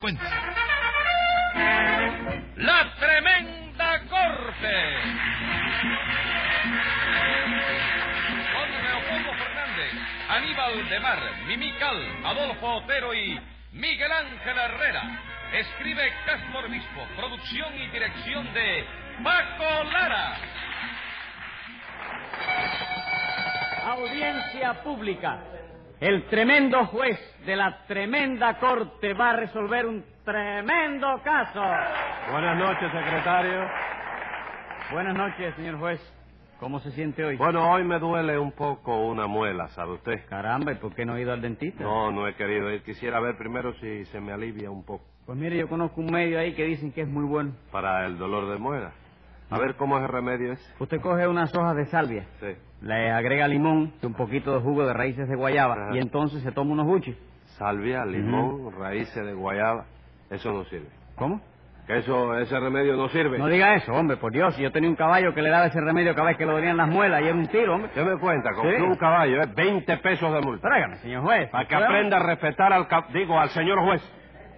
cuenta. La tremenda corte. Con Leopoldo Fernández, Aníbal de Mar, Mimical, Adolfo Otero y Miguel Ángel Herrera. Escribe Castro Obispo, producción y dirección de Paco Lara. Audiencia pública. El tremendo juez de la tremenda corte va a resolver un tremendo caso. Buenas noches, secretario. Buenas noches, señor juez. ¿Cómo se siente hoy? Bueno, hoy me duele un poco una muela, ¿sabe usted? Caramba, ¿y por qué no ha ido al dentista? No, no he querido ir. Quisiera ver primero si se me alivia un poco. Pues mire, yo conozco un medio ahí que dicen que es muy bueno. Para el dolor de muela. A ver cómo es el remedio ese. Usted coge unas hojas de salvia, Sí. le agrega limón y un poquito de jugo de raíces de guayaba Ajá. y entonces se toma unos buches. Salvia, limón, raíces de guayaba. Eso no sirve. ¿Cómo? ¿Que eso, ese remedio no sirve? No diga eso, hombre, por Dios. si Yo tenía un caballo que le daba ese remedio cada vez que lo dolían las muelas y era un tiro, hombre. ¿Qué me cuenta? Compré Sí. un caballo, ¿eh? 20 pesos de multa. Tráigame, señor juez. Para que aprenda a respetar al... ca- Digo, al señor juez.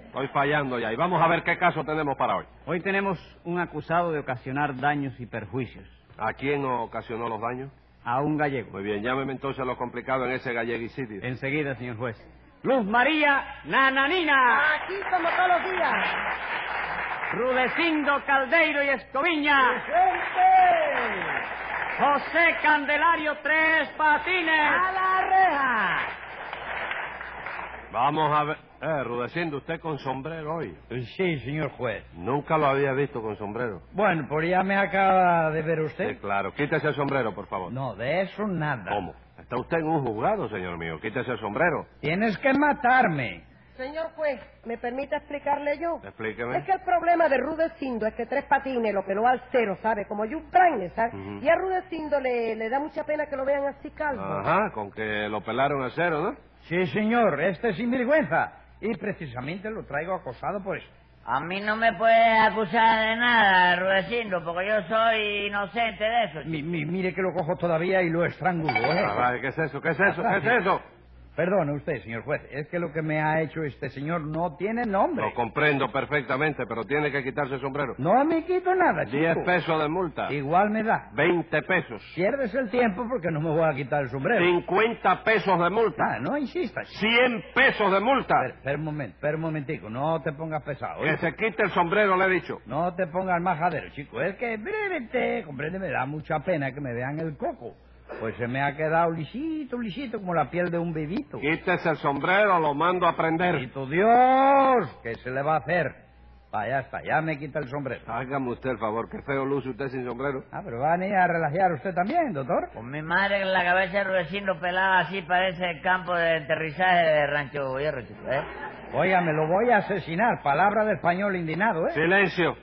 Estoy fallando ya. Y vamos a ver qué caso tenemos para hoy. Hoy tenemos un acusado de ocasionar daños y perjuicios ¿A quién ocasionó los daños? a un gallego. Muy bien, llámeme entonces a lo complicado en ese galleguicidio. Eh. Enseguida, señor juez. Luz María Nananina, Aquí como todos los días. Rudecindo Caldeiro y Escoviña, ¡Gente! José Candelario Tres ¡A Patines. la reja! Vamos a ver. Eh, Rudecindo, usted con sombrero hoy. Sí, señor juez. Nunca lo había visto con sombrero. Bueno, pues ya me acaba de ver usted. Sí, claro. Quítese el sombrero, por favor. No, de eso nada. ¿Cómo? Está usted en un juzgado, señor mío. Quítese el sombrero. Tienes que matarme. Señor juez, ¿me permite explicarle yo? Explíqueme. Es que el problema de Rudecindo es que Tres Patines lo peló al cero, ¿sabe? Como Jules Brainer, ¿sabe? Ujú. Y a Rudecindo le, le da mucha pena que lo vean así calvo. Ajá, con que lo pelaron a cero, ¿no? Sí, señor, este es sinvergüenza. Y precisamente lo traigo acosado por eso. A mí no me puede acusar de nada, Rudecindo, porque yo soy inocente de eso. chico. Mi- mi- mire que lo cojo todavía y lo estrangulo. ¿eh? Caray, ¿Qué es eso? ¿Qué es eso? ¿Qué es eso? Perdone usted, señor juez. Es que lo que me ha hecho este señor no tiene nombre. Lo comprendo perfectamente, pero tiene que quitarse el sombrero. No me quito nada, chico. Diez pesos de multa. Igual me da. Veinte pesos. Pierdes el tiempo porque no me voy a quitar el sombrero. Cincuenta pesos de multa. Ah, no insistas. chico. Cien pesos de multa. Espera, espera un momento, espera un momentico. No te pongas pesado. ¿eh? Que se quite el sombrero, le he dicho. No te pongas majadero, chico. Es que brevemente, comprende, me da mucha pena que me vean el coco. Pues se me ha quedado lisito, lisito, como la piel de un bebito. Quítese el sombrero, lo mando a ¡Y prender. tu Dios! ¿Qué se le va a hacer? Va, ya está, ya me quita el sombrero. Hágame usted el favor, que feo luce usted sin sombrero. Ah, pero va a venir a relajar usted también, doctor. Con mi madre en la cabeza de Rudecindo pelada así parece el campo de aterrizaje de Rancho Hierro, chico, ¿eh? Oiga, me lo voy a asesinar. Palabra de español indignado, ¿eh? Silencio.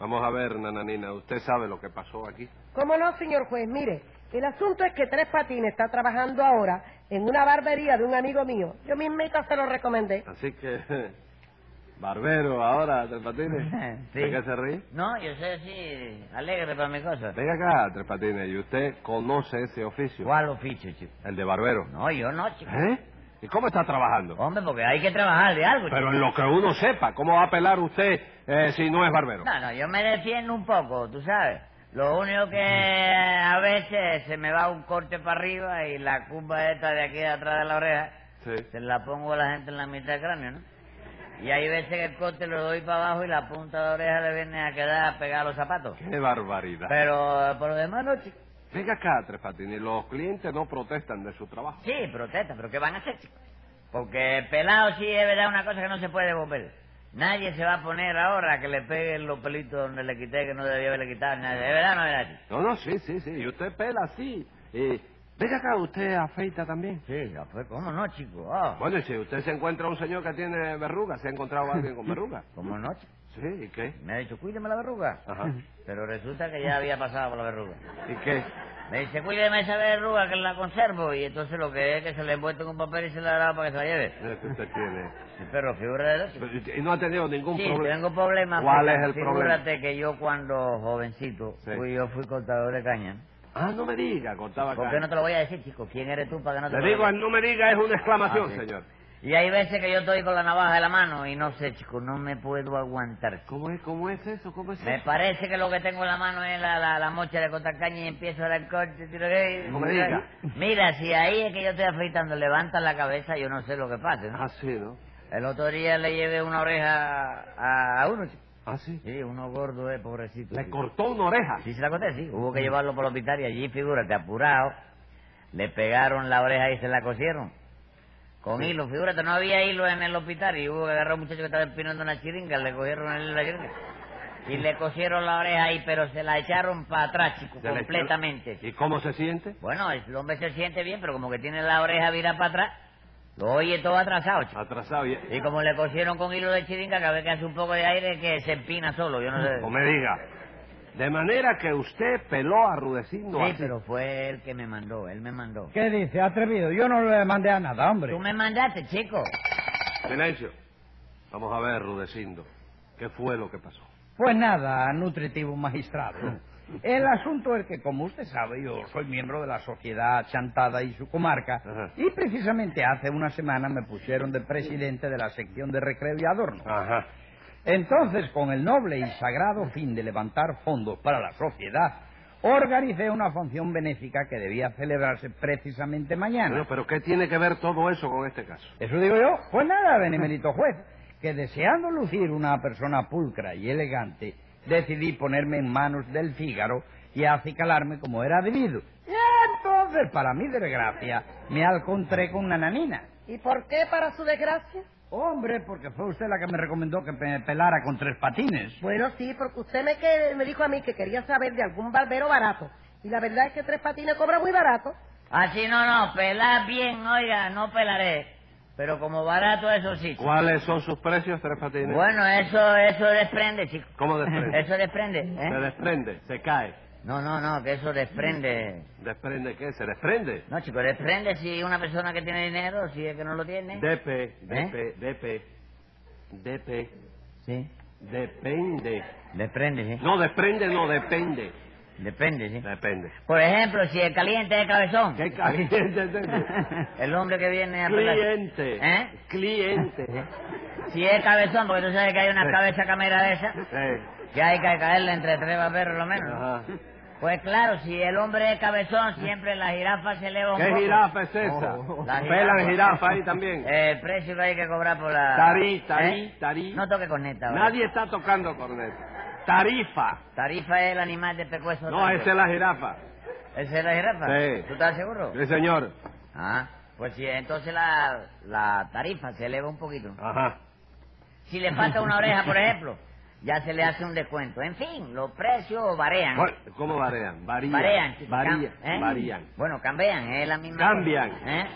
Vamos a ver, nananina, usted sabe lo que pasó aquí. ¿Cómo no, señor juez? Mire, el asunto es que Tres Patines está trabajando ahora en una barbería de un amigo mío. Yo mismita se lo recomendé. Así que... Barbero, ahora, Tres Patines. Sí. ¿De qué se ríe? No, yo soy así, alegre para mi cosa. Venga acá, Tres Patines, ¿y usted conoce ese oficio? ¿Cuál oficio, chico? El de barbero. No, yo no, chico. ¿Eh? ¿Y cómo está trabajando? Hombre, porque hay que trabajar de algo, chico. Pero en lo que uno sepa, ¿cómo va a apelar usted eh, si no es barbero? No, no, yo me defiendo un poco, tú sabes. Lo único que a veces se me va un corte para arriba y la curva esta de aquí de atrás de la oreja Sí. se la pongo a la gente en la mitad del cráneo, ¿no? Y hay veces que el corte lo doy para abajo y la punta de la oreja le viene a quedar pegada a los zapatos. ¡Qué barbaridad! Pero eh, por lo demás no, chico. Venga acá, Tres Patines, los clientes no protestan de su trabajo. Sí, protesta, pero ¿qué van a hacer, chico? Porque pelado sí es verdad una cosa que no se puede devolver. Nadie se va a poner ahora que le peguen los pelitos donde le quité que no debía haberle quitado. Nadie. ¿Es verdad o no es verdad, chico? No, no, sí, sí, sí, y usted pela así. Y... Venga acá, ¿usted afeita también? Sí, ya fue. ¿Cómo no, chico? Ah, Bueno, y si usted se encuentra un señor que tiene verrugas, ¿se ha encontrado alguien con verrugas? ¿Cómo no, chico? Sí, ¿y qué? Me ha dicho, cuídeme la verruga. Ajá. Pero resulta que ya había pasado por la verruga. ¿Y qué? Me dice, cuídeme esa verruga que la conservo. Y entonces lo que es que se le envuelto en un papel y se la daba para que se la lleve. Es que usted tiene... Sí, Pero figura de Pero, ¿y- ¿Y no ha tenido ningún Sí, problema? tengo problemas. ¿Cuál porque es el problema? Figúrate que yo cuando jovencito, Sí. fui, yo fui cortador de caña. Ah, no me diga, contaba ¿Por acá. qué no te lo voy a decir, chico? ¿Quién eres tú para que no te Le lo digo, diga? el no me diga es una exclamación, Ah, sí. señor. Y hay veces que yo estoy con la navaja de la mano y no sé, chico, no me puedo aguantar. chico. ¿Cómo es, cómo es eso? ¿Cómo es Me parece que lo que tengo en la mano es la, la, la mocha de cotacaña y empiezo a dar corte. tiro, eh, No me mira, diga. Mira, si ahí es que yo estoy afeitando, levanta la cabeza, yo no sé lo que pasa. ¿no? Así, Ah, ¿no? El otro día le llevé una oreja a, a uno, chico. Así. Sí, uno gordo, eh, pobrecito. Ah, Le chico. cortó una oreja. Sí, se la conté, sí. Hubo que llevarlo por el hospital y allí, figúrate, apurado, le pegaron la oreja y se la cosieron. Con hilo, figúrate, no había hilo en el hospital y hubo que agarrar a un muchacho que estaba empinando una chiringa, le cogieron el hilo de la chiringa y le cosieron la oreja ahí, pero se la echaron para atrás, chico, Se le- completamente. ¿Y cómo se siente? Bueno, el hombre se siente bien, pero como que tiene la oreja virada para atrás, lo oye todo atrasado, chico. Atrasado. ¿eh? y- Y como le cosieron con hilo de chiringa, cada vez que hace un poco de aire que se empina solo, yo no sé. No me diga. De manera que usted peló a Rudecindo Sí, así. pero fue él que me mandó, él me mandó. ¿Qué dice, atrevido? Yo no le mandé a nada, hombre. Tú me mandaste, chico. Silencio. Vamos a ver, Rudecindo. ¿Qué fue lo que pasó? Pues nada, nutritivo magistrado. El asunto es que, como usted sabe, yo soy miembro de la sociedad Chantada y su comarca, Ajá. y precisamente hace una semana me pusieron de presidente de la sección de recreo y adorno. Ajá. Entonces, con el noble y sagrado fin de levantar fondos para la sociedad, organicé una función benéfica que debía celebrarse precisamente mañana. Bueno, pero ¿qué tiene que ver todo eso con este caso? Eso digo yo. Pues nada, benemérito juez, que deseando lucir una persona pulcra y elegante, decidí ponerme en manos del Fígaro y acicalarme como era debido. Y entonces, para mi desgracia, me encontré con Nananina. ¿Y por qué, para su desgracia? Hombre, porque fue usted la que me recomendó que me pelara con tres patines. Bueno, sí, porque usted me, que- me dijo a mí que quería saber de algún barbero barato. Y la verdad es que Tres Patines cobra muy barato. Así Ah, no, no, pelar bien, oiga, no pelaré. Pero como barato eso sí. chico. ¿Cuáles son sus precios, Tres Patines? Bueno, eso, eso desprende, chico. ¿Cómo desprende? Eso desprende, Se ¿eh? desprende, se cae. No, no, no, que eso desprende. ¿Desprende qué? ¿Se desprende? No, chico, desprende si una persona que tiene dinero, si es que no lo tiene. DP, DP, DP, DP, Sí, depende. desprende, sí. No, desprende, no, depende. Depende, sí. Depende. Por ejemplo, si el caliente es cabezón. ¿Qué caliente entiende? El hombre que viene a pelar. Cliente. ¿Eh? Cliente. Si es cabezón, porque tú sabes que hay una Sí. cabeza camera de esa. Eh, Que hay que caerle entre tres perros lo menos. ajá. Pues claro, si el hombre es cabezón, siempre la jirafa se eleva un ¿Qué poco. jirafa es esa? Oh, la Pelan jirafa. jirafa ahí también. Eh, el precio que hay que cobrar por la... Tarí, tarí, ¿Eh? tarí. No toque con neta. ahora. Nadie está tocando corneta. Tarifa. Tarifa es el animal de pecueso. No, esa es la jirafa. ¿Esa es la jirafa? Sí. ¿Tú estás seguro? Sí, señor. Ah, pues sí, entonces la, la tarifa se eleva un poquito. Ajá. Si le falta una oreja, por ejemplo, ya se le hace un descuento. En fin, los precios varían. Bueno, ¿Cómo varían? Varían. Varían. chico, Varían. cam- ¿eh? varían. Bueno, cambian, es la misma. Cambian. cosa, ¿eh?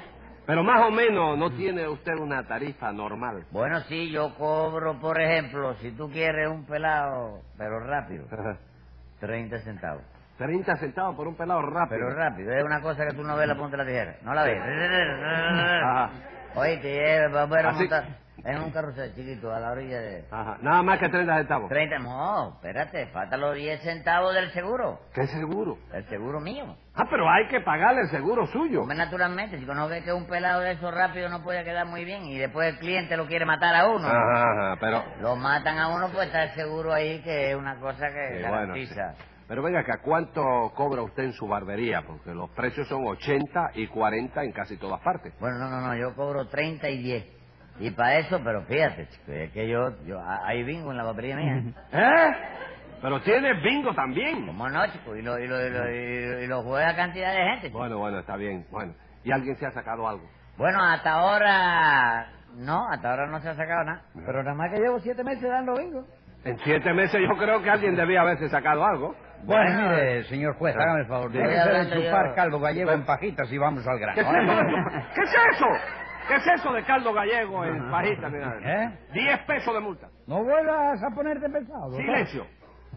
Pero más o menos no tiene usted una tarifa normal. Bueno, sí, yo cobro, por ejemplo, si tú quieres un pelado, pero rápido, 30 centavos. 30 centavos por un pelado rápido. Pero rápido, es una cosa que tú no ves la punta de la tijera. No la ves. Ajá. Oye, te lleva a Así- montar en un carrusel chiquito a la orilla de... Ajá. Nada más que 30 centavos. 30, no, espérate, faltan los 10 centavos del seguro, ¿Qué seguro? el seguro mío. Ah, pero hay que pagarle el seguro suyo. Hombre, naturalmente, si no ves que un pelado de esos rápido no puede quedar muy bien y después el cliente lo quiere matar a uno. Ajá, ajá, pero... Lo matan a uno, pues está el seguro ahí que es una cosa que Sí, bueno, sí. garantiza. Pero venga acá, ¿cuánto cobra usted en su barbería? Porque los precios son 80 y 40 en casi todas partes. Bueno, no, no, no, yo cobro 30 y 10. Y para eso, pero fíjate, chico, es que yo, yo a- hay bingo en la papelería mía. ¿Eh? Pero tiene bingo también. ¿Cómo no, chico? Y lo, y lo, y lo, y- y lo juega cantidad de gente, chico. Bueno, bueno, está bien. Bueno, ¿y alguien se ha sacado algo? Bueno, hasta ahora, no, hasta ahora no se ha sacado nada. Pero nada más que llevo siete meses dando bingo. En siete meses yo creo que alguien debía haberse sacado algo. Bueno, mire, señor juez, hágame el favor. Estoy Déjese de hablando chupar yo. caldo gallego en pajitas y vamos al ¿Qué es grano. ¿eh? eso? Vamos. ¿Qué es eso? ¿Qué es eso de caldo gallego en pajita? Mira, ¿Eh? 10 pesos de multa. No vuelvas a ponerte pesado. doctor. Silencio.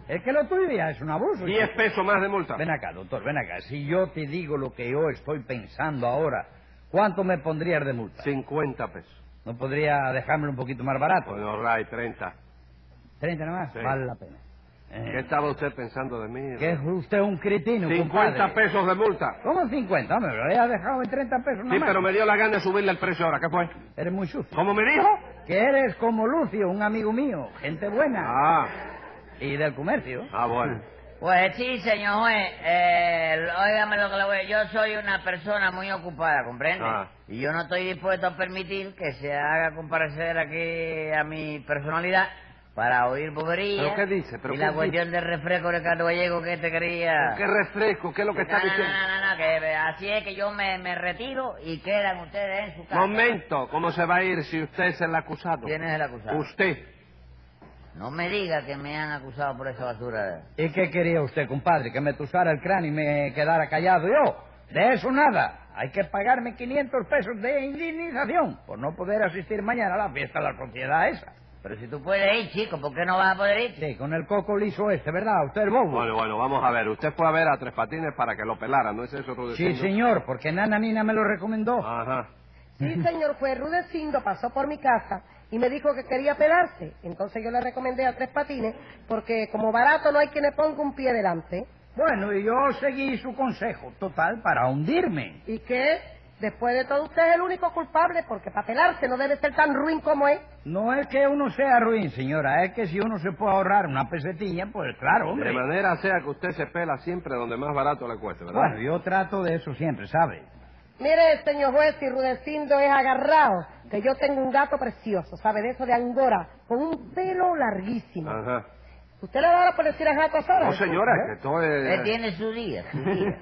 Es que lo tuyo ya es un abuso. 10 pesos más de multa. Ven acá, doctor, ven acá. Si yo te digo lo que yo estoy pensando ahora, ¿cuánto me pondrías de multa? 50 pesos. ¿No podría dejármelo un poquito más barato? Bueno, right, 30. ¿30 nada más? Sí. Vale la pena. ¿Qué Eh, estaba usted pensando de mí? que es usted un cretino, 50 compadre. pesos de multa. ¿Cómo 50? Me lo había dejado en 30 pesos nada Sí, más. pero me dio la gana de subirle el precio ahora. ¿Qué fue? Eres muy sucio. ¿Cómo me dijo? Que eres como Lucio, un amigo mío, gente buena. Ah, Y del comercio. ah, bueno. Pues sí, señor juez, eh, óigame lo que le voy a Yo soy una persona muy ocupada, ¿comprende? Ah. Y yo no estoy dispuesto a permitir que se haga comparecer aquí a mi personalidad para oír boberías. ¿Pero qué dice? ¿Pero y qué la dice? cuestión del refresco de Ricardo Gallego que te Ah. quería... ¿Qué refresco? ¿Qué es lo que está no, no, diciendo? no, no, no, que así es que yo me, me retiro y quedan ustedes en su Ah. casa. Momento, ¿cómo se va a ir si usted es el acusado? ¿Quién es el acusado? Usted. No me diga que me han acusado por esa basura. ¿Y qué quería usted, compadre? ¿Que me tusara el cráneo y me quedara callado yo? De eso nada. Hay que pagarme 500 pesos de indemnización por no poder asistir mañana a la fiesta de la sociedad esa. Pero si tú puedes ir, chico, ¿por qué no vas a poder ir? Sí, con el coco liso este, ¿verdad? Usted el bobo. Bueno, bueno, vamos a ver. Usted fue a ver a Tres Patines para que lo pelara, ¿no es eso, Rudecindo? sí, señor, Ah. porque Nana Nina me lo recomendó. Ajá. Sí, señor juez, Rudecindo pasó por mi casa y me dijo que quería pelarse. Entonces yo le recomendé a Tres Patines porque como barato no hay quien le ponga un pie delante. Bueno, y yo seguí su consejo, total, para hundirme. Y que, después de todo, usted es el único culpable porque para pelarse no debe ser tan ruin como es. No es que uno sea ruin, señora, es que si uno se puede ahorrar una pesetilla, pues claro, De hombre. manera sea que usted se pela siempre donde más barato le cueste, ¿verdad? Bueno, yo trato de eso siempre, ¿sabe? Mire, señor juez, si Rudecindo es agarrado, que yo tengo un gato precioso, ¿sabe? De eso de Angora, con un pelo larguísimo. Ajá. ¿Usted le va a dar por decir a Jaco Sora? Ah. No, señora, que esto Él es... tiene su día, su día.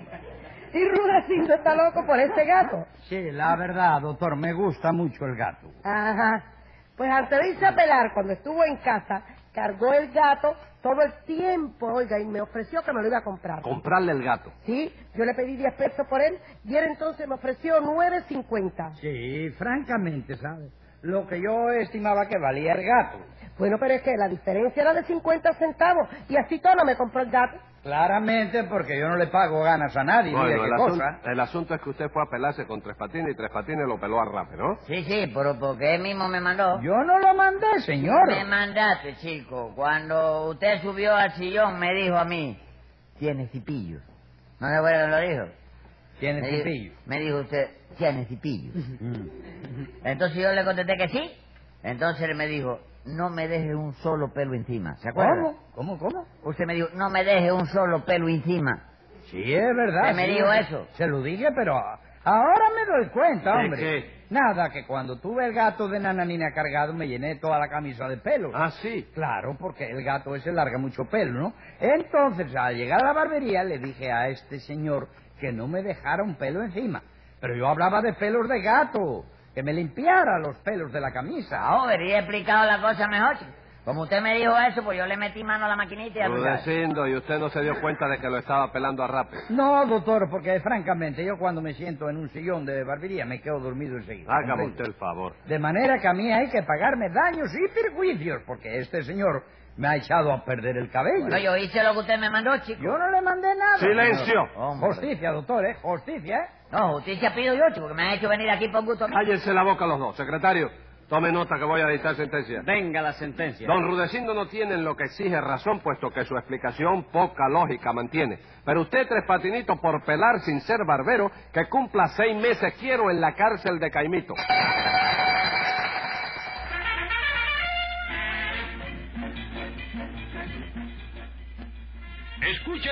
Y Rudecindo está loco por ese gato. Sí, la verdad, doctor, me gusta mucho el gato. Ajá. Pues antes de irse a pelar, cuando estuvo en casa, cargó el gato todo el tiempo, oiga, y me ofreció que me lo iba a comprar. Comprarle el gato. Sí, yo le pedí 10 pesos por él y él entonces me ofreció 9.50. Sí, francamente, ¿sabe? Lo que yo estimaba que valía el gato. Bueno, pero es que la diferencia era de 50 centavos y así todo me compró el gato. Claramente porque yo no le pago ganas a nadie, mire Bueno, el, qué asun- cosa. el asunto es que usted fue a pelarse con Tres Patines y Tres Patines lo peló a Rafe, ¿no? Sí, sí, pero porque él mismo me mandó. Yo no lo mandé, señor. Me mandaste, chico. Cuando usted subió al sillón, me dijo a mí, tiene cipillo. ¿No se acuerda que lo dijo? Tiene Me di- cepillo. Me dijo usted, tiene cipillo. Entonces yo le contesté que sí. Entonces él me dijo, no me deje un solo pelo encima. ¿Se acuerda? ¿Cómo? ¿Cómo, cómo? Usted me dijo, no me deje un solo pelo encima. Sí, es verdad. Usted me sí, dijo yo- eso. Se lo dije, pero a- ahora me doy cuenta, ¿De hombre. qué? Nada, que cuando tuve el gato de Nananina cargado me llené toda la camisa de pelo. Ah, sí. Claro, porque el gato ese larga mucho pelo, ¿no? Entonces, al llegar a la barbería, le dije a este señor que no me dejara un pelo encima. Pero yo hablaba de pelos de gato, que me limpiara los pelos de la camisa. Ah, hubiera explicado la cosa mejor, chico. Como usted me dijo eso, pues yo le metí mano a la maquinita y ya tú sabes. Rudecindo, y usted no se dio cuenta de que lo estaba pelando a Rafe. No, doctor, porque francamente yo cuando me siento en un sillón de barbería me quedo dormido enseguida. Hágame ¿comprende? usted el favor. De manera que a mí hay que pagarme daños y perjuicios, porque este señor me ha echado a perder el cabello. Bueno, yo hice lo que usted me mandó, chico. Yo no le mandé nada. ¡Silencio! Hombre. Justicia, doctor, ¿eh? Justicia, ¿eh? No, justicia pido yo, chico, que me han hecho venir aquí por gusto mío. Cállense la boca los dos. Secretario, tome nota que voy a dictar sentencia. Venga la sentencia. Don Rudecindo no tiene en lo que exige razón, puesto que su explicación poca lógica mantiene. Pero usted, Tres Patinitos, por pelar sin ser barbero, que cumpla seis meses quiero en la cárcel de Caimito. Escucha